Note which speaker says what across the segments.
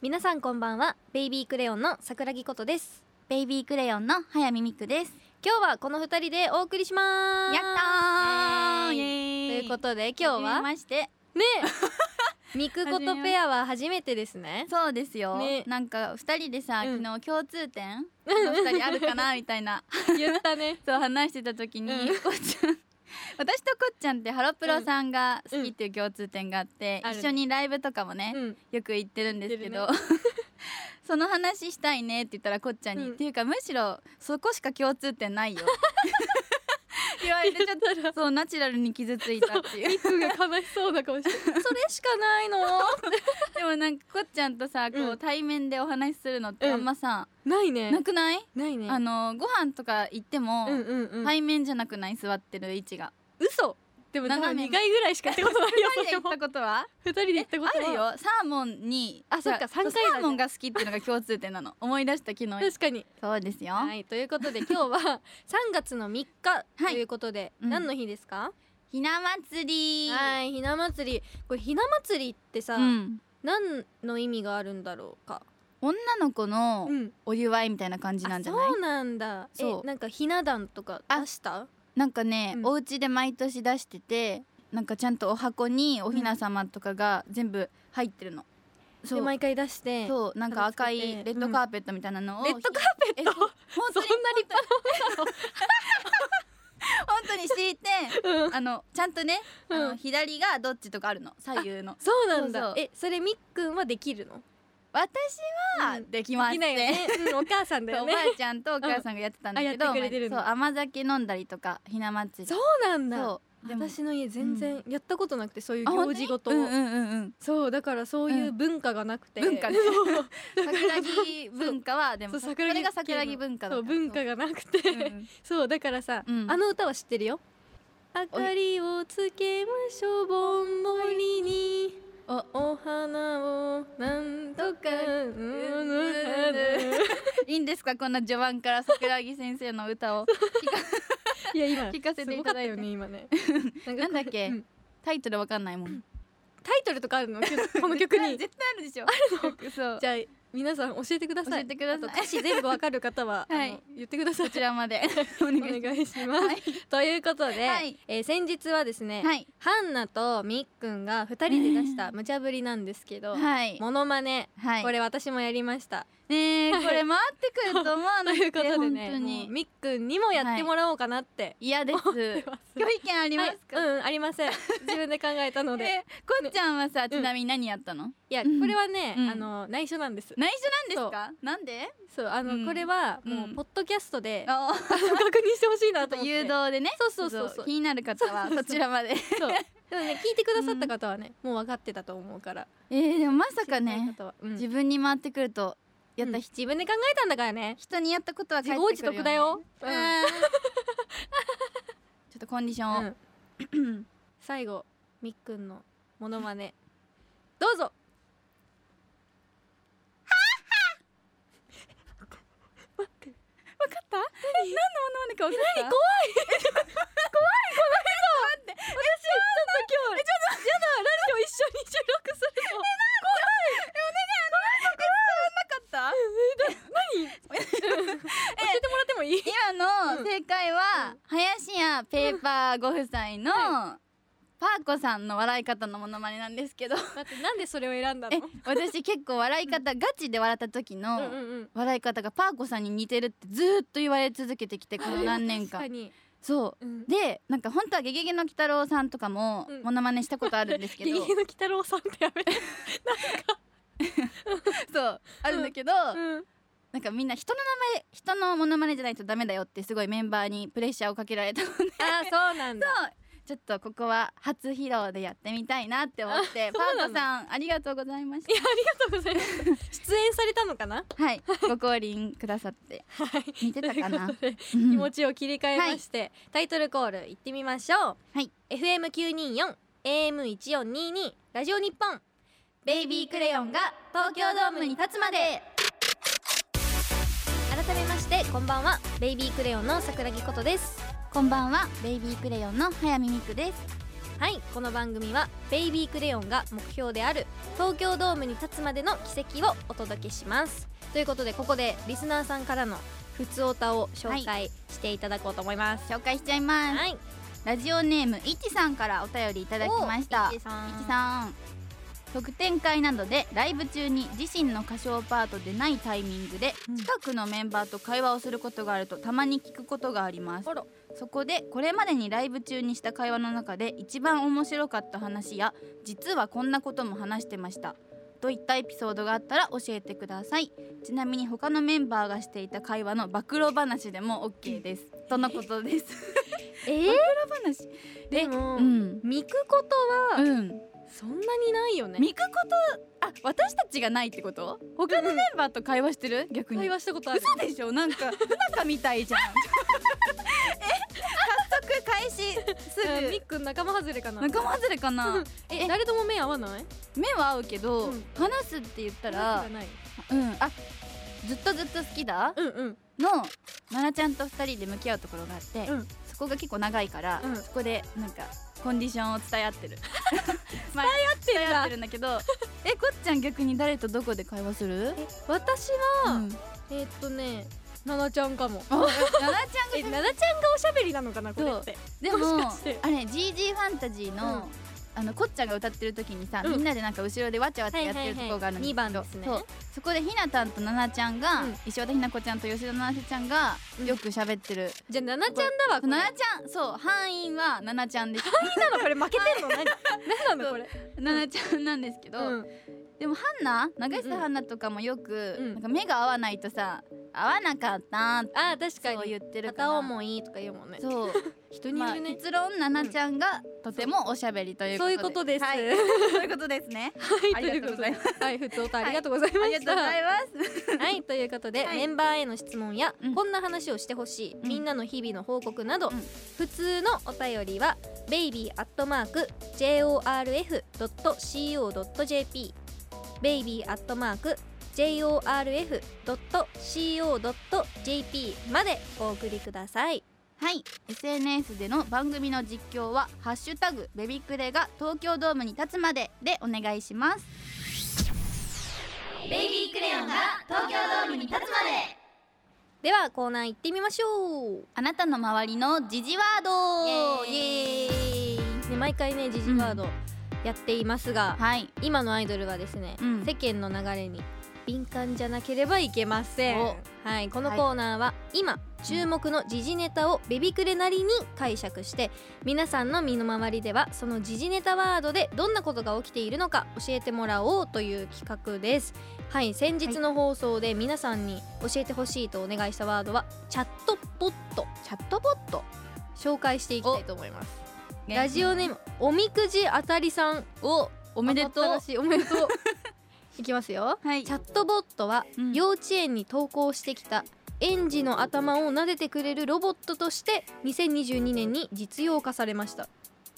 Speaker 1: 皆さんこんばんはベイビークレヨンの桜木ことです
Speaker 2: ベイビークレヨンの早見みくです
Speaker 1: 今日はこの二人でお送りしま
Speaker 2: やっ
Speaker 1: す
Speaker 2: た
Speaker 1: イエと
Speaker 2: ーイエーイ
Speaker 1: いうことで今日
Speaker 2: じめ
Speaker 1: は
Speaker 2: まして
Speaker 1: ねミクことペアは初めてですね
Speaker 2: そうですよ、
Speaker 1: ね
Speaker 2: なんか二人でさ、
Speaker 1: うん
Speaker 2: 昨日共通 点この二人あるかなみたいな
Speaker 1: 言ったね
Speaker 2: そう話してた時に、
Speaker 1: うん
Speaker 2: こっちゃ ん私とこっちゃんってハロプロさんが好きっていう共通点があって、
Speaker 1: うんあるね
Speaker 2: 一緒にライブとかもね、
Speaker 1: うん
Speaker 2: よく行ってるんですけど、
Speaker 1: 行
Speaker 2: その話したいねって言ったらこっちゃんに、
Speaker 1: うん
Speaker 2: っていうかむしろそこしか共通点ない よ言われてちょっとそうナチュラルに傷ついたっていう
Speaker 1: ミクが悲しそうな顔してそれしかないの
Speaker 2: でもなんかこっちゃんとさこう、
Speaker 1: うん
Speaker 2: 対面でお話しするのってあんまさ、
Speaker 1: ないね
Speaker 2: なくない、
Speaker 1: ないね
Speaker 2: あのご飯とか行っても、
Speaker 1: うんうんうん
Speaker 2: 対面じゃなくない座ってる位置が
Speaker 1: 嘘でも
Speaker 2: 斜め
Speaker 1: 2回ぐらいしか行ったことないよ
Speaker 2: 二人で行ったことは
Speaker 1: 2人で行ったこと
Speaker 2: あ
Speaker 1: は
Speaker 2: るよサーモンに
Speaker 1: あそっか
Speaker 2: そ
Speaker 1: 三
Speaker 2: う
Speaker 1: 回だね
Speaker 2: サーモンが好きっていうのが共通点なの思い出した昨日
Speaker 1: 確かに
Speaker 2: そうですよ、
Speaker 1: はいということで今日は3月の3日ということで、
Speaker 2: うん
Speaker 1: 何の日ですか、
Speaker 2: ひな祭り
Speaker 1: はいひな祭りこれひな祭りってさ、
Speaker 2: うん、
Speaker 1: 何の意味があるんだろうか
Speaker 2: 女の子の
Speaker 1: うん
Speaker 2: お祝いみたいな感じなんじゃない、
Speaker 1: あそうなんだ
Speaker 2: そう
Speaker 1: えなんかひな壇とか出した
Speaker 2: なんかね、
Speaker 1: うん
Speaker 2: お家で毎年出しててなんかちゃんとお箱におひな様とかが全部入ってるの、そ
Speaker 1: で
Speaker 2: う
Speaker 1: 毎回出して
Speaker 2: そうなんか赤い
Speaker 1: 片付け
Speaker 2: レ
Speaker 1: て
Speaker 2: ッドカーペットみたいなのを、
Speaker 1: レッドカーペ
Speaker 2: え
Speaker 1: ッ
Speaker 2: そう
Speaker 1: ト
Speaker 2: 本当に
Speaker 1: そんな立派
Speaker 2: 本当に 敷いて
Speaker 1: うん
Speaker 2: あのちゃんとね、あ
Speaker 1: う
Speaker 2: の
Speaker 1: ん
Speaker 2: 左がどっちとかあるの左右の
Speaker 1: そうなんだ
Speaker 2: そうそう
Speaker 1: えそれみっくんはできるの
Speaker 2: 私は
Speaker 1: うん
Speaker 2: できます
Speaker 1: でき
Speaker 2: ね
Speaker 1: ないよね、うん、お母さんだよ
Speaker 2: そうお
Speaker 1: ね
Speaker 2: ばあちゃんとお母さんがやってたんだけど、
Speaker 1: うんあやってくれてるんだ
Speaker 2: そう甘酒飲んだりとかひな祭り
Speaker 1: そうなんだ
Speaker 2: そうでも
Speaker 1: 私の家全然やったことなくてそういう
Speaker 2: あ本当
Speaker 1: 行
Speaker 2: に
Speaker 1: 事ごとを
Speaker 2: うんうんうんうん
Speaker 1: そうだからそういう文化がなくて、
Speaker 2: 文化ね
Speaker 1: そう
Speaker 2: 桜木文化はで
Speaker 1: そ
Speaker 2: も
Speaker 1: う
Speaker 2: そ
Speaker 1: 桜木
Speaker 2: れが桜木文化 だ
Speaker 1: そう文化
Speaker 2: が
Speaker 1: がなくて、そうだからさ、
Speaker 2: うん
Speaker 1: あの歌は知ってるよ明かりをつけましょうぼんぼりに
Speaker 2: お
Speaker 1: お花をなんとかうん
Speaker 2: いいんですかこんな序盤から桜木先生の 歌を
Speaker 1: いや 今
Speaker 2: 聞かせて
Speaker 1: す
Speaker 2: いただいて
Speaker 1: ごかったよね今 ねな
Speaker 2: なんだっけ
Speaker 1: うん
Speaker 2: タイトルわかんないもん
Speaker 1: タイトルとかあるの この 曲に
Speaker 2: 絶対絶対あるでしょ曲そう
Speaker 1: じゃあ皆さん教えてください
Speaker 2: 教えてください
Speaker 1: あと歌詞全部わかる方は、
Speaker 2: はい
Speaker 1: あの言ってください
Speaker 2: こちらまでお願
Speaker 1: お
Speaker 2: いし
Speaker 1: 願いしま、
Speaker 2: ますす
Speaker 1: ということで、
Speaker 2: はい
Speaker 1: えー先日はですね、
Speaker 2: はい
Speaker 1: ハンナとみっくんが2人で出した無茶ぶりなんですけど、
Speaker 2: はい
Speaker 1: モノマネ
Speaker 2: はい
Speaker 1: これ私もやりま した、
Speaker 2: ねえこれ回ってくると思わ
Speaker 1: と
Speaker 2: な
Speaker 1: いう
Speaker 2: く
Speaker 1: こと
Speaker 2: て
Speaker 1: で
Speaker 2: 本
Speaker 1: ね
Speaker 2: 当
Speaker 1: もう
Speaker 2: に
Speaker 1: みっくんにもやってもらおうかなって
Speaker 2: 嫌です
Speaker 1: 思ってます、
Speaker 2: ご意見ありますか
Speaker 1: はいうんありませ ん自分で考えたので、
Speaker 2: えこっちゃんはさちなみに何やったの
Speaker 1: いや
Speaker 2: うん
Speaker 1: これはね、
Speaker 2: うん
Speaker 1: あの内緒なんです
Speaker 2: 内緒なんですかなんで
Speaker 1: そうあの、
Speaker 2: うん
Speaker 1: これはもう、
Speaker 2: うん
Speaker 1: ポッドキャストであ
Speaker 2: あ
Speaker 1: の 確認してほしいなと思って
Speaker 2: 誘導でね
Speaker 1: そうそうそうそう
Speaker 2: 気になる方はそちらまで
Speaker 1: そうでもね聞いてくださった方はね、もう分かってたと思うから
Speaker 2: えーでもまさ
Speaker 1: 知ら
Speaker 2: か
Speaker 1: ない
Speaker 2: ね
Speaker 1: 方は、うん
Speaker 2: 自分に回ってくるとやった
Speaker 1: うん
Speaker 2: ひ
Speaker 1: 自分で考えたんだからね
Speaker 2: 人にやったことは返
Speaker 1: 自
Speaker 2: って
Speaker 1: 業
Speaker 2: く
Speaker 1: 自
Speaker 2: る
Speaker 1: 得だよ、
Speaker 2: う
Speaker 1: うんん
Speaker 2: ちょっとコンディションを、
Speaker 1: うん最後みっくんのモノマネどうぞ待って
Speaker 2: 分かった何のものまねか分かっ
Speaker 1: 何
Speaker 2: た怖
Speaker 1: 今日えちょっとやだラジオ一緒に収録するの教えてもらってもいい
Speaker 2: 今
Speaker 1: う
Speaker 2: の
Speaker 1: ん
Speaker 2: 正解は、林家ペーパーご夫妻の、パーコさんの笑い方のモノマネなんですけど
Speaker 1: 待ってなんでそれを選んだの
Speaker 2: え私結構笑い方ガチで笑った時の、
Speaker 1: うんうんうん
Speaker 2: 笑い方がパーコさんに似てるってずーっと言われ続けてきてこの何年
Speaker 1: 確
Speaker 2: か
Speaker 1: かに、
Speaker 2: そう
Speaker 1: うん、
Speaker 2: でなんか本当は「ゲゲゲの鬼太郎」さんとかも
Speaker 1: うん
Speaker 2: モノマネしたことあるんですけ
Speaker 1: ゲ
Speaker 2: ど、
Speaker 1: ゲゲの鬼太郎さんってやめて、
Speaker 2: そうあるんだけど、
Speaker 1: うん、
Speaker 2: なんかみんな人の名前人のモノマネじゃないとダメだよってすごいメンバーにプレッシャーをかけられたので
Speaker 1: あーそうなんだ
Speaker 2: ちょっとここは初披露でやってみたいなって思って
Speaker 1: あ そうな
Speaker 2: パー
Speaker 1: の
Speaker 2: コさんありがとうございまし
Speaker 1: いやありがとうございます出演されたのかな
Speaker 2: たはいご降臨くださって
Speaker 1: はい
Speaker 2: 似てたかな
Speaker 1: ということで
Speaker 2: うん
Speaker 1: 気持ちを切り替えまして、タイトルコール行ってみましょう、
Speaker 2: はい
Speaker 1: FM924 AM1422 ラジオ日本ベイビークレヨンが東京ドームに立つまで改めましてこんばんはベイビークレヨンの桜木ことです
Speaker 2: こんばんはベイビークレヨンの早見みくです
Speaker 1: はいこの番組はベイビークレヨンが目標である東京ドームに立つまでの奇跡をお届けしますということでここでリスナーさんからのふつおたを紹
Speaker 2: は
Speaker 1: 介していただこうと思います
Speaker 2: 紹介しちゃいます、
Speaker 1: はい
Speaker 2: ラジオネームいちさんからお便りいただきました
Speaker 1: おい
Speaker 2: い
Speaker 1: ちさん
Speaker 2: ちさん特典会などでライブ中に自身の歌唱パートでないタイミングで
Speaker 1: うん
Speaker 2: 近くのメンバーと会話をすることがあるとたまに聞くことがあります
Speaker 1: あら
Speaker 2: そこでこれまでにライブ中にした会話の中で一番面白かった話や実はこんなことも話してましたといったエピソードがあったら教えてくださいちなみに他のメンバーがしていた会話の暴露話でも OK ですとのことです
Speaker 1: え
Speaker 2: 暴露話
Speaker 1: で
Speaker 2: で
Speaker 1: も、
Speaker 2: うん
Speaker 1: ミクことは
Speaker 2: うん
Speaker 1: そんなにないよね
Speaker 2: 見くことあ私たちがないってこと他のメンバーと会話してる逆に
Speaker 1: 会話したことある
Speaker 2: 嘘でしょなん か不仲みたいじゃんえ早速開始す
Speaker 1: うん
Speaker 2: ぐ
Speaker 1: みっくん仲間外れかな
Speaker 2: 仲間外れかな
Speaker 1: え
Speaker 2: え
Speaker 1: 誰とも目合わない
Speaker 2: 目は合うけど、
Speaker 1: うん
Speaker 2: 話すって言った
Speaker 1: 話
Speaker 2: ら
Speaker 1: がない
Speaker 2: うんあずっとずっと好きだ
Speaker 1: うんうん
Speaker 2: の奈々ちゃんと二人で向き合うところがあって、
Speaker 1: うん
Speaker 2: そこが結構長いから、
Speaker 1: うん
Speaker 2: そこでなんかコンディションを伝え合ってる伝え合って
Speaker 1: るんだ
Speaker 2: 伝え合ってるんだけどえこっちゃん逆に誰とどこで会話する
Speaker 1: え私は、
Speaker 2: うん
Speaker 1: えーっとねななちゃんかも
Speaker 2: 奈々ちゃんが
Speaker 1: えななちゃんがおしゃべりなのかなこれって
Speaker 2: でも
Speaker 1: もしかして
Speaker 2: あれ GG ファンタジーの、
Speaker 1: うん
Speaker 2: あのこっちゃんが歌ってる時にさ、
Speaker 1: うん
Speaker 2: みんなでなんか後ろでわちゃわちゃやってるところがあるんですけど、
Speaker 1: はいはいはい二番ですね
Speaker 2: そうそこでひなたんとななちゃんが、
Speaker 1: うん
Speaker 2: 石渡ひな子ちゃんと吉田ななせちゃんが
Speaker 1: うん
Speaker 2: よく喋ってる、
Speaker 1: じゃあななちゃんだわこれ
Speaker 2: ななちゃんそう範囲はななち ゃんです
Speaker 1: なのこれ負けてるの何何なのこれ
Speaker 2: ななちゃんなんですけど、
Speaker 1: うん
Speaker 2: でもハンナ長
Speaker 1: うんう
Speaker 2: 久
Speaker 1: ん
Speaker 2: ハンナとかもよく、
Speaker 1: うん
Speaker 2: なんか目が合わないとさ合わなかったって
Speaker 1: あー確か
Speaker 2: そう
Speaker 1: に
Speaker 2: 言ってるから
Speaker 1: 片思いとか言うもんね
Speaker 2: そう
Speaker 1: 人に
Speaker 2: ま
Speaker 1: よ
Speaker 2: あ
Speaker 1: るね
Speaker 2: 結論ななちゃんがとてもおしゃべりということで、
Speaker 1: そういうことです
Speaker 2: はい、そういうことですね
Speaker 1: は
Speaker 2: あ
Speaker 1: いと
Speaker 2: り
Speaker 1: い
Speaker 2: が
Speaker 1: う
Speaker 2: と
Speaker 1: こ
Speaker 2: うご
Speaker 1: と
Speaker 2: ざ
Speaker 1: で
Speaker 2: いま
Speaker 1: はいふつおたありがとうございま
Speaker 2: ありが
Speaker 1: し
Speaker 2: とうご
Speaker 1: た
Speaker 2: ざいます。
Speaker 1: はいということで、
Speaker 2: はい
Speaker 1: メンバーへの質問や、
Speaker 2: うん
Speaker 1: こんな話をしてほしい、
Speaker 2: うん
Speaker 1: みんなの日々の報告など、
Speaker 2: うん
Speaker 1: 普通のお便りは baby.jorf.co.jp baby.jorf.co.jp までお送りください
Speaker 2: はい、SNS での番組の実況はハッシュタグベビクレが東京ドームに立つまででお願いします。
Speaker 1: ベイビークレヨンが東京ドームに立つまで
Speaker 2: で。
Speaker 1: ではコーナー行ってみましょう
Speaker 2: あなたの周りのジジワード。
Speaker 1: イエーイね、毎回ねジジワードやっていますが、
Speaker 2: はい。
Speaker 1: 今のアイドルはですね、
Speaker 2: うん
Speaker 1: 世間の流れに敏感じゃなければいけません
Speaker 2: お
Speaker 1: はいこのコーナーは、今注目の時事ネタをベビクレなりに解釈して皆さんの身の回りではその時事ネタワードでどんなことが起きているのか教えてもらおうという企画ですはい先日の放送で皆さんに教えてほしいとお願いしたワードはチャットボット
Speaker 2: チャットボット。
Speaker 1: 紹介していきたいと思います
Speaker 2: ね
Speaker 1: ラジオネームおみくじあたりさん
Speaker 2: をお
Speaker 1: お
Speaker 2: めでとう。
Speaker 1: おめでとう いきますよ
Speaker 2: はい
Speaker 1: チャットボットは
Speaker 2: うん
Speaker 1: 幼稚園に登校してきた園児の頭を撫でてくれるロボットとして2022年に実用化されました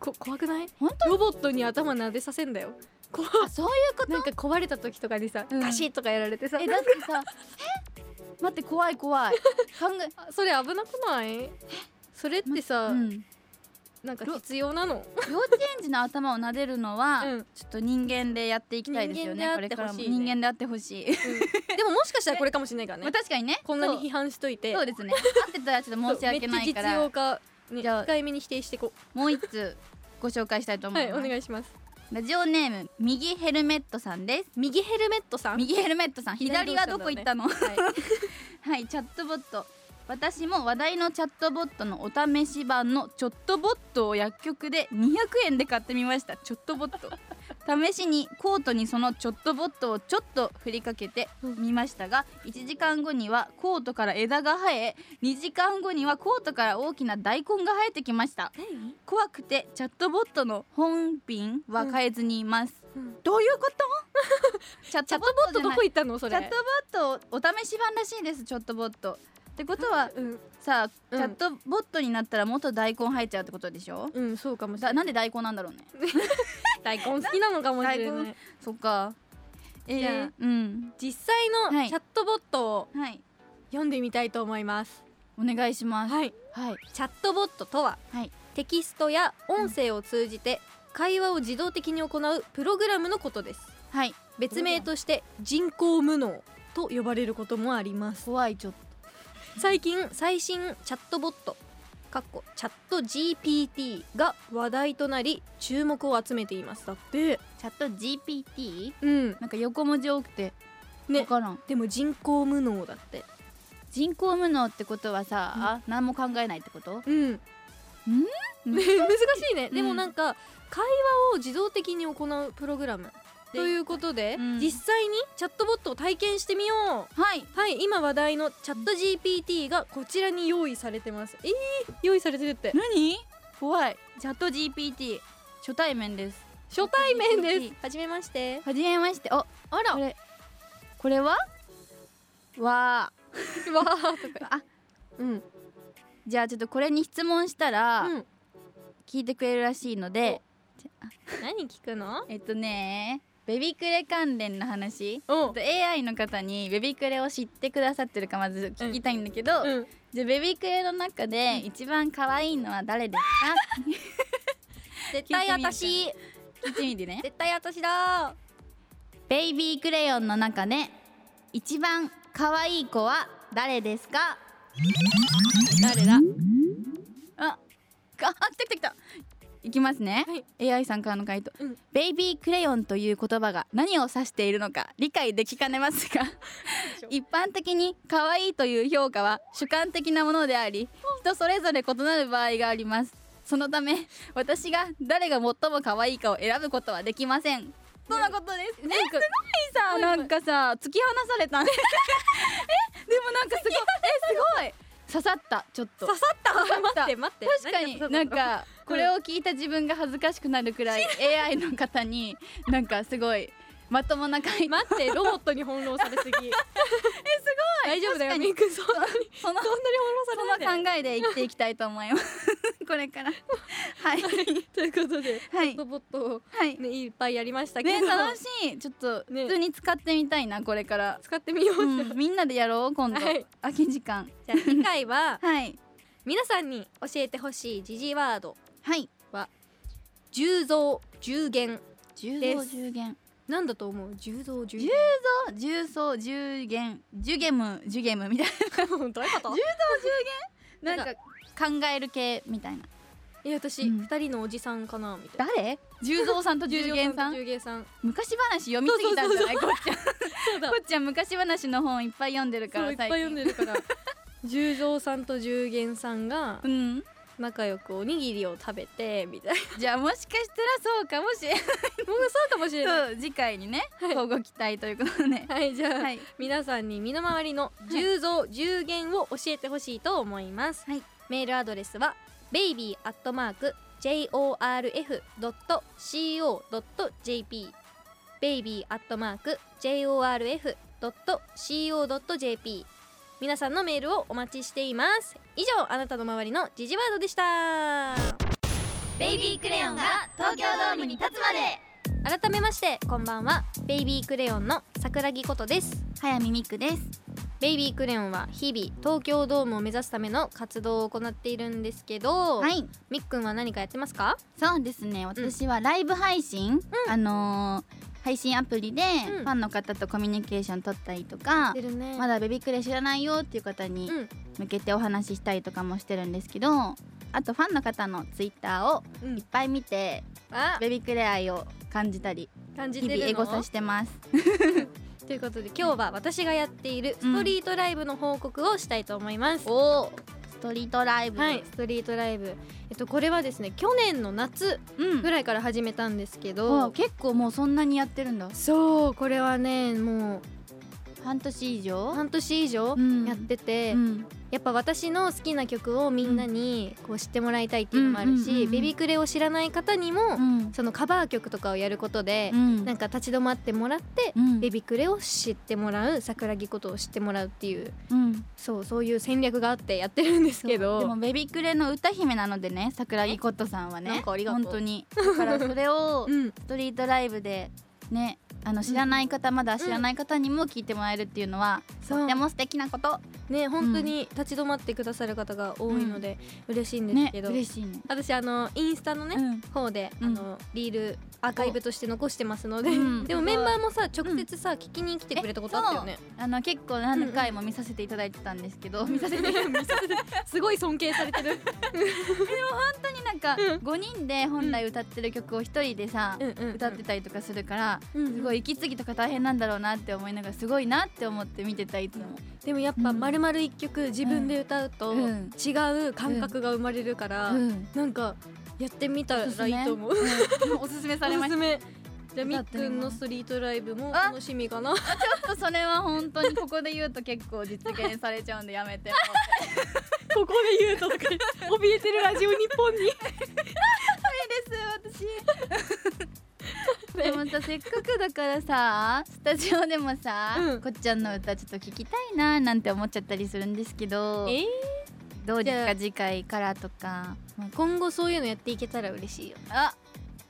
Speaker 1: こ怖くない
Speaker 2: 本
Speaker 1: ロボットに頭撫でさせんだよ怖っ
Speaker 2: あそういうこと。
Speaker 1: なんか壊れた時とかにさ、
Speaker 2: うん
Speaker 1: ガシッとかやられてさ
Speaker 2: えだってさ。え待って怖い怖い。考
Speaker 1: あそれ危なくないそれってさ、
Speaker 2: え。うん。
Speaker 1: なんか必要なの
Speaker 2: 幼稚園児の頭を撫でるのは、
Speaker 1: うん
Speaker 2: ちょっと人間でやっていきたいですよね
Speaker 1: 人間であ
Speaker 2: こ
Speaker 1: っ
Speaker 2: れ
Speaker 1: て
Speaker 2: から
Speaker 1: ほ
Speaker 2: も
Speaker 1: しいね
Speaker 2: 人間であってほしい、
Speaker 1: でももしかしたらこれかもしれないから
Speaker 2: まあ
Speaker 1: ね
Speaker 2: 確かにね
Speaker 1: こんなに批判しといて
Speaker 2: そうそうですね合ってたらちょっと申し訳ないか
Speaker 1: めっ
Speaker 2: ら
Speaker 1: ちゃ実用
Speaker 2: じ
Speaker 1: 化ね
Speaker 2: ゃあ
Speaker 1: 控えめに否定していこ
Speaker 2: もう一つご紹介したいと
Speaker 1: う
Speaker 2: 思
Speaker 1: はいい
Speaker 2: ます、
Speaker 1: お願いします
Speaker 2: ラジオネーム右ヘルメットさんです
Speaker 1: 右ヘルメットさん
Speaker 2: 右 ヘルメットさん
Speaker 1: 左
Speaker 2: 左はどこ行ったの、
Speaker 1: はい
Speaker 2: はいチャットボット私も話題のチャットボットのお試し版のチョットボットを薬局で200円で買ってみましたチョットボット試しにコートにそのチョットボットをちょっと振りかけてみましたが1時間後にはコートから枝が生え2時間後にはコートから大きな大根が生えてきました怖くてチャットボットの本品は買えずにいます、
Speaker 1: うん
Speaker 2: どういう ことチャ
Speaker 1: チャットボットどこ行ったのそ
Speaker 2: チ
Speaker 1: れ
Speaker 2: ャットボットお試し版らしいですチャットボットってことは
Speaker 1: うん
Speaker 2: さあチ
Speaker 1: うん
Speaker 2: ャットボットになったらもっと大根入っちゃうってことでしょ
Speaker 1: うんそうかもしれ
Speaker 2: だ
Speaker 1: な
Speaker 2: ないんで大根なんだろうね
Speaker 1: 大根好きなのかもしれ
Speaker 2: 大
Speaker 1: ない
Speaker 2: 根そっかえー、
Speaker 1: じゃあ
Speaker 2: うん
Speaker 1: 実際
Speaker 2: は
Speaker 1: の
Speaker 2: い
Speaker 1: チャットボットを
Speaker 2: はい
Speaker 1: 読んでみたいと思います
Speaker 2: お願いします
Speaker 1: はい
Speaker 2: はい
Speaker 1: チャットボットとは
Speaker 2: はい
Speaker 1: テキストや音声を通じて会話を自動的に行うプログラムのことです
Speaker 2: はい
Speaker 1: 別名として人工無能と呼ばれることもあります
Speaker 2: 怖いちょっと
Speaker 1: 最近最新チャットボットかっこチャット GPT が話題となり注目を集めていますだって
Speaker 2: チャット GPT
Speaker 1: うん
Speaker 2: なんか横文字多くて
Speaker 1: ね
Speaker 2: 分からん
Speaker 1: でも人工無能だって
Speaker 2: 人工無能ってことはさ、何も考えないってこと
Speaker 1: うんね 難しいね、
Speaker 2: うん
Speaker 1: でもなんか会話を自動的に行うプログラムということで、
Speaker 2: うん
Speaker 1: 実際にチャットボットを体験してみよう
Speaker 2: はい
Speaker 1: はい今話題のチャット GPT がこちらに用意されてますえー、用意されてるって
Speaker 2: 何怖いチャット GPT 初対面です
Speaker 1: 初対面で
Speaker 2: GPT
Speaker 1: すはじめまして
Speaker 2: はじめましてお
Speaker 1: あら
Speaker 2: これこれはわあ
Speaker 1: わーとか
Speaker 2: あ
Speaker 1: うん
Speaker 2: じゃあちょっとこれに質問したら、
Speaker 1: うん
Speaker 2: 聞いてくれるらしいので
Speaker 1: 何聞くの
Speaker 2: えっとねベビクレ関連の話
Speaker 1: お
Speaker 2: あと AI の方にベビクレを知ってくださってるかまず聞きたいんだけど、
Speaker 1: うん
Speaker 2: じゃあベビクレの中で一番可愛いのは誰です
Speaker 1: 絶
Speaker 2: 対
Speaker 1: 対
Speaker 2: 私
Speaker 1: 私
Speaker 2: か聞いてみてね
Speaker 1: 絶対私だ
Speaker 2: ベイビークレヨンの中で一番可愛い子は誰ですか
Speaker 1: 誰だ
Speaker 2: あ、あ、来た来た来た。いきますね。AI さんからの回答、
Speaker 1: うん
Speaker 2: ベイビークレヨンという言葉が何を指しているのか理解できかねますが
Speaker 1: しょ
Speaker 2: 一般的に可愛いという評価は主観的なものであり人それぞれ異なる場合がありますそのため私が誰が最も可愛いかを選ぶことはできませんとのことです、え
Speaker 1: なんか
Speaker 2: さなんかさ突き放さ れたねえでもなんかすごいえすごい刺さったちょっと
Speaker 1: 刺さった
Speaker 2: 刺さっ
Speaker 1: 待
Speaker 2: た
Speaker 1: って待って
Speaker 2: 確かに
Speaker 1: 何が
Speaker 2: なん
Speaker 1: 刺さったの
Speaker 2: かこれを聞いた自分が恥ずかしくなるくらい AI の方になんかすごいまともな回答
Speaker 1: 待ってロボットに翻弄さ れすぎえすごい大丈夫だよ
Speaker 2: 確かに
Speaker 1: みんくんそんなにそんなに
Speaker 2: そのそ
Speaker 1: 翻弄されない
Speaker 2: の考えで生きていきたいと思います これからはい
Speaker 1: ということで
Speaker 2: はい
Speaker 1: ロボットを
Speaker 2: はい
Speaker 1: ねいっぱいやりましたけ
Speaker 2: ね
Speaker 1: ど
Speaker 2: 楽しいちょっと
Speaker 1: ね
Speaker 2: 普通に使ってみたいなこれから、
Speaker 1: 使ってみよう
Speaker 2: う
Speaker 1: じゃ
Speaker 2: ん、みんなでやろう今度、
Speaker 1: はい
Speaker 2: 空き時間
Speaker 1: あ次回は
Speaker 2: はい
Speaker 1: 皆さんに教えてほしいジジワード
Speaker 2: はい
Speaker 1: 重増重減
Speaker 2: 10
Speaker 1: で
Speaker 2: 増
Speaker 1: す
Speaker 2: 10減
Speaker 1: なんだと思う重増重減
Speaker 2: 重10増10減10ゲム10ゲムみたい
Speaker 1: どういうことな
Speaker 2: な
Speaker 1: んか
Speaker 2: なんか考える系みたいな
Speaker 1: え私
Speaker 2: うん
Speaker 1: 二人のおじさんかなみたいな
Speaker 2: 誰十三さんと十元さん
Speaker 1: 重減さん
Speaker 2: 昔話読みすぎたんじゃないこっちゃんこ
Speaker 1: そうだ
Speaker 2: っちゃん昔話の本いっぱい読んでるか
Speaker 1: そうい
Speaker 2: ら
Speaker 1: っぱい読んでる から重蔵さんと重減さんが
Speaker 2: うん
Speaker 1: 仲良くおにぎりを食べてみ たいな
Speaker 2: じゃあもしかしたらそうかもしれない
Speaker 1: 僕そうかもしれない
Speaker 2: そう次回にね乞ご期待ということでね
Speaker 1: はいじゃあ、
Speaker 2: はい
Speaker 1: 皆さんに身の回りの10増10減を教えてほしいと思います、
Speaker 2: はい
Speaker 1: メールアドレスは baby.jorf.co.jp baby.jorf.co.jp 皆さんのメールをお待ちしています以上あなたの周りのジジワードでした
Speaker 2: ベイビークレヨンが東京ドームに立つまで
Speaker 1: 改めましてこんばんはベイビークレヨンの桜木ことです
Speaker 2: 早見みくです
Speaker 1: ベイビークレヨンは日々東京ドームを目指すための活動を行っているんですけど、
Speaker 2: はい
Speaker 1: みっくんは何かやってますか
Speaker 2: そうですね私はライブ配信、あのー配信アプリで
Speaker 1: うん
Speaker 2: ファンの方とコミュニケーション取ったりとか、
Speaker 1: るね
Speaker 2: まだベビクレ知らないよっていう方に
Speaker 1: うん
Speaker 2: 向けてお話ししたりとかもしてるんですけどあとファンの方のツイッターを
Speaker 1: う
Speaker 2: いっ
Speaker 1: ん
Speaker 2: ぱい見て
Speaker 1: あ
Speaker 2: ベビクレ愛を感じたり
Speaker 1: 感じ
Speaker 2: 日
Speaker 1: て
Speaker 2: 々
Speaker 1: る
Speaker 2: エゴ
Speaker 1: の
Speaker 2: サしてます
Speaker 1: ということで今日は私がやっているストリートライブの報告をしたいと思います、
Speaker 2: おおストリートライブ、
Speaker 1: はいストリートライブえっとこれはですね去年の夏
Speaker 2: うん
Speaker 1: ぐらいから始めたんですけ
Speaker 2: わあ
Speaker 1: ど
Speaker 2: 結構もうそんなにやってるんだ
Speaker 1: そうこれはねも
Speaker 2: 半年以
Speaker 1: う
Speaker 2: 上
Speaker 1: 半年以上
Speaker 2: うん
Speaker 1: やってて、
Speaker 2: うん
Speaker 1: やっぱ私の好きな曲をみんなにこう知ってもらいたいっていうのもあるし、
Speaker 2: うんうんうんうん
Speaker 1: ベビクレを知らない方にも、
Speaker 2: うん
Speaker 1: そのカバー曲とかをやることで
Speaker 2: う、ん
Speaker 1: なんか立ち止まってもらって、
Speaker 2: うん
Speaker 1: ベビクレを知ってもらう桜木ことを知ってもらうっていう
Speaker 2: うん
Speaker 1: そうそういう戦略があってやってるんですけ
Speaker 2: で
Speaker 1: ど
Speaker 2: もベビクレの歌姫なのでね桜木コットさんはね
Speaker 1: なんかありがとう
Speaker 2: 本当にだからそれを
Speaker 1: うん
Speaker 2: ストリートライブでねあの知らない方、まだ知らない方にも聞いてもらえるっていうのは、
Speaker 1: そう
Speaker 2: とっても素敵なこと
Speaker 1: ね本当に立ち止まってくださる方が多いので嬉しいんです
Speaker 2: ね
Speaker 1: けど、
Speaker 2: 嬉しいね
Speaker 1: 私あのインスタのね、
Speaker 2: うん
Speaker 1: 方で、
Speaker 2: うん
Speaker 1: あのリールアーカイブとして残してますので、
Speaker 2: うん
Speaker 1: でも
Speaker 2: すご
Speaker 1: メ
Speaker 2: い
Speaker 1: ンバーもさ直接さ、聞きに来てくれたことあったよね
Speaker 2: あの結構何回も見させていただいてたんですけど、見させて
Speaker 1: すごい尊敬されてる
Speaker 2: 本当になんか
Speaker 1: うん
Speaker 2: 5人で本来歌ってる曲を1人でさ、
Speaker 1: うんうんうん
Speaker 2: 歌ってたりとかするから、
Speaker 1: うん
Speaker 2: すごい息継ぎとか大変なんだろうなって思いながらすごいなって思って見てたいつも
Speaker 1: でもやっぱ
Speaker 2: うん
Speaker 1: まるまる一曲自分で歌うと
Speaker 2: う
Speaker 1: 違
Speaker 2: ん
Speaker 1: う感覚が生まれるから、
Speaker 2: うん
Speaker 1: なんかやってみたらいいと思う、
Speaker 2: うんおすすめされ
Speaker 1: お
Speaker 2: ます
Speaker 1: す
Speaker 2: した
Speaker 1: めじゃあみ
Speaker 2: 歌
Speaker 1: っ
Speaker 2: って
Speaker 1: く
Speaker 2: みま
Speaker 1: ん
Speaker 2: す
Speaker 1: のストリートライブも
Speaker 2: あ
Speaker 1: 楽しみかな
Speaker 2: ちょっとそれは本当にここで言うと結構実現されちゃうんでやめ て
Speaker 1: ここで言うととか怯えてるラジオ日本 に
Speaker 2: そうです私でもさせっかくだからさスタジオでもさ、
Speaker 1: うん
Speaker 2: こっちゃんの歌ちょっと聞きたいななんて思っちゃったりするんですけど
Speaker 1: えー
Speaker 2: どうで
Speaker 1: じ
Speaker 2: す
Speaker 1: ゃあ
Speaker 2: か次回からとか
Speaker 1: 今後そういうのやっていけたら嬉しいよ
Speaker 2: あ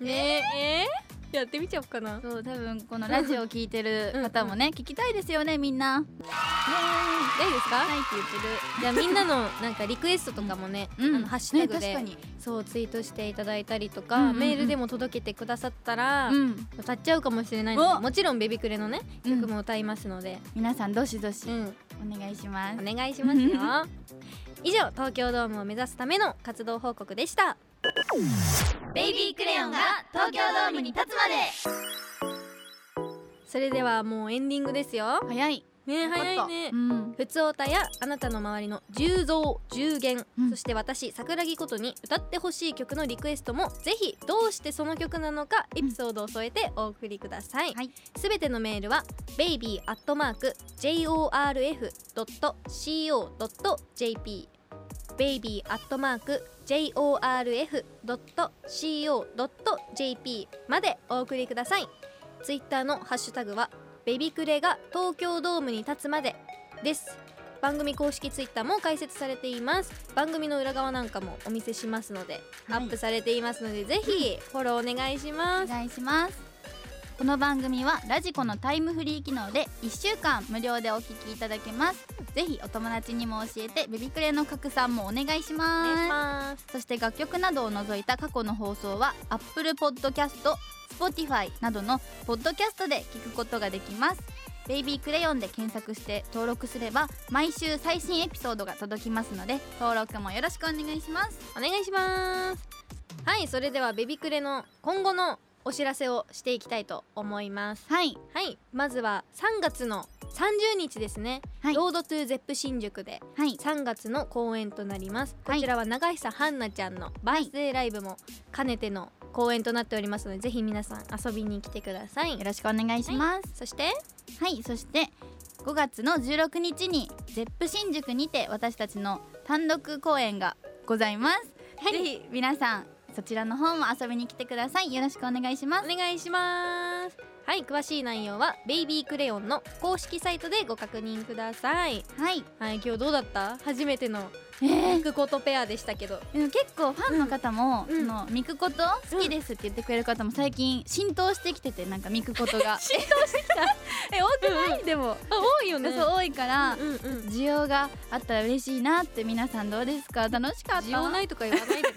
Speaker 1: ねええーやってみちゃおうかな
Speaker 2: そう多分このラジオを聞いてる方もね聞きたいですよねみんな
Speaker 1: 大丈夫ですか、
Speaker 2: はいって言ってる
Speaker 1: じゃあみんなのなんかリクエストとかもね、あのハッシュタグ
Speaker 2: ね
Speaker 1: で、
Speaker 2: 確かに
Speaker 1: そうツイートしていただいたりとか、
Speaker 2: うんうんうん
Speaker 1: メールでも届けてくださったら、
Speaker 2: うん
Speaker 1: 歌っちゃうかもしれないので
Speaker 2: お
Speaker 1: もちろんベビクレのね
Speaker 2: うん
Speaker 1: 曲も歌いますので、
Speaker 2: 皆さんどしどし
Speaker 1: うん
Speaker 2: お願いします
Speaker 1: お願いしますよ以上東京ドームを目指すための活動報告でした
Speaker 2: ベイビークレヨンが東京ドームに立つまで
Speaker 1: それではもうエンディングですよ
Speaker 2: 早い
Speaker 1: ね早いね
Speaker 2: うん
Speaker 1: ふつおたやあなたの周りの10増10減、
Speaker 2: うん
Speaker 1: そして私桜木ことに歌ってほしい曲のリクエストもぜひどうしてその曲なのかエピソードを添えてお送りください、
Speaker 2: はい
Speaker 1: すべてのメールは baby.jorf.co.jp baby.jorf.co.jp までお送りくださいツイッターのハッシュタグはベビクレが東京ドームに立つまでです番組公式ツイッターも開設されています番組の裏側なんかもお見せしますので、
Speaker 2: はい
Speaker 1: アップされていますのでぜひフォローお願いします
Speaker 2: お願いしますこの番組はラジコのタイムフリー機能で1週間無料でお聞きいただけますぜひお友達にも教えてベビクレの拡散もお願いし
Speaker 1: お願いし
Speaker 2: ます
Speaker 1: ます
Speaker 2: そして楽曲などを除いた過去の放送は Apple Podcast、Spotify などのポッドキャストで聞くことができます。ベイビークレヨンで検索して登録すれば毎週最新エピソードが届きますので登録もよろしくお願いします。
Speaker 1: お願いしますはいそれではベビクレの今後のお知らせをしていきたいと思います
Speaker 2: はい、
Speaker 1: はいまずは3月の30日ですね、
Speaker 2: はい
Speaker 1: ロードトゥーゼップ新宿で
Speaker 2: はい、
Speaker 1: 3月の公演となりますこ
Speaker 2: はい
Speaker 1: ちらは長久絆奈ちゃんのバースデーライブも兼ねての公演となっておりますのでぜひ皆さん遊びに来てください
Speaker 2: よろしくお願いします。
Speaker 1: そして
Speaker 2: はい、そして5月の16日にゼップ新宿にて私たちの単独公演がございます。
Speaker 1: はい
Speaker 2: ぜひ皆さんそちらの方も遊びに来てください。よろしくお願いします。
Speaker 1: お願いしますはい詳しい内容はベイビークレヨンの公式サイトでご確認ください
Speaker 2: はい、
Speaker 1: はい今日どうだった初めての
Speaker 2: えー
Speaker 1: クコとペアでしたけど
Speaker 2: でも結構ファンの方も、
Speaker 1: うん
Speaker 2: そのミクコト好きですって言ってくれる方も最近浸透してきててなんかミクコトが 浸透してきたえ多くない、でも
Speaker 1: 多いよ
Speaker 2: そう多いから、
Speaker 1: うんうん
Speaker 2: 需要があったら嬉しいなって皆さんどうですか楽しかった
Speaker 1: 需要ないとか言わ ないでね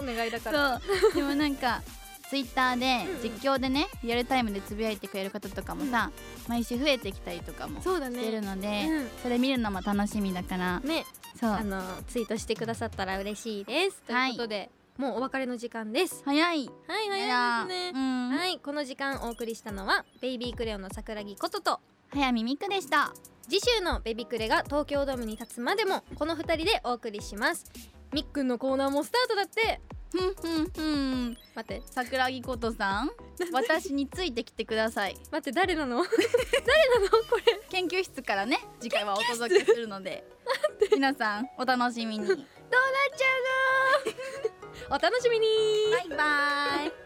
Speaker 1: お願いだから
Speaker 2: そう でもなんかツイッターで
Speaker 1: うんうん
Speaker 2: 実況でねリアルタイムでつぶやいてくれる方とかもさ、毎週増えてきたりとかもし
Speaker 1: そうだ
Speaker 2: てるので、
Speaker 1: うん
Speaker 2: それ見るのも楽しみだから
Speaker 1: ね
Speaker 2: そう
Speaker 1: あのツイートしてくださったら嬉しいですと
Speaker 2: はいいう
Speaker 1: ことでもうお別れの時間です
Speaker 2: 早い
Speaker 1: はい早いですね
Speaker 2: うん、
Speaker 1: はいこの時間お送りしたのはベイビークレヨンの桜木ことと
Speaker 2: 早見みくでした
Speaker 1: 次週のベビクレが東京ドームに立つまでもこの二人でお送りしますみっくんのコーナーもスタートだって
Speaker 2: ふんふんふん
Speaker 1: 待って
Speaker 2: 桜木ことさん私についてきてください
Speaker 1: 待って誰な の誰なのこれ
Speaker 2: 研究室からね次回はお届けするので皆さんお楽しみに
Speaker 1: どうなっちゃうのお楽しみに
Speaker 2: バイバイ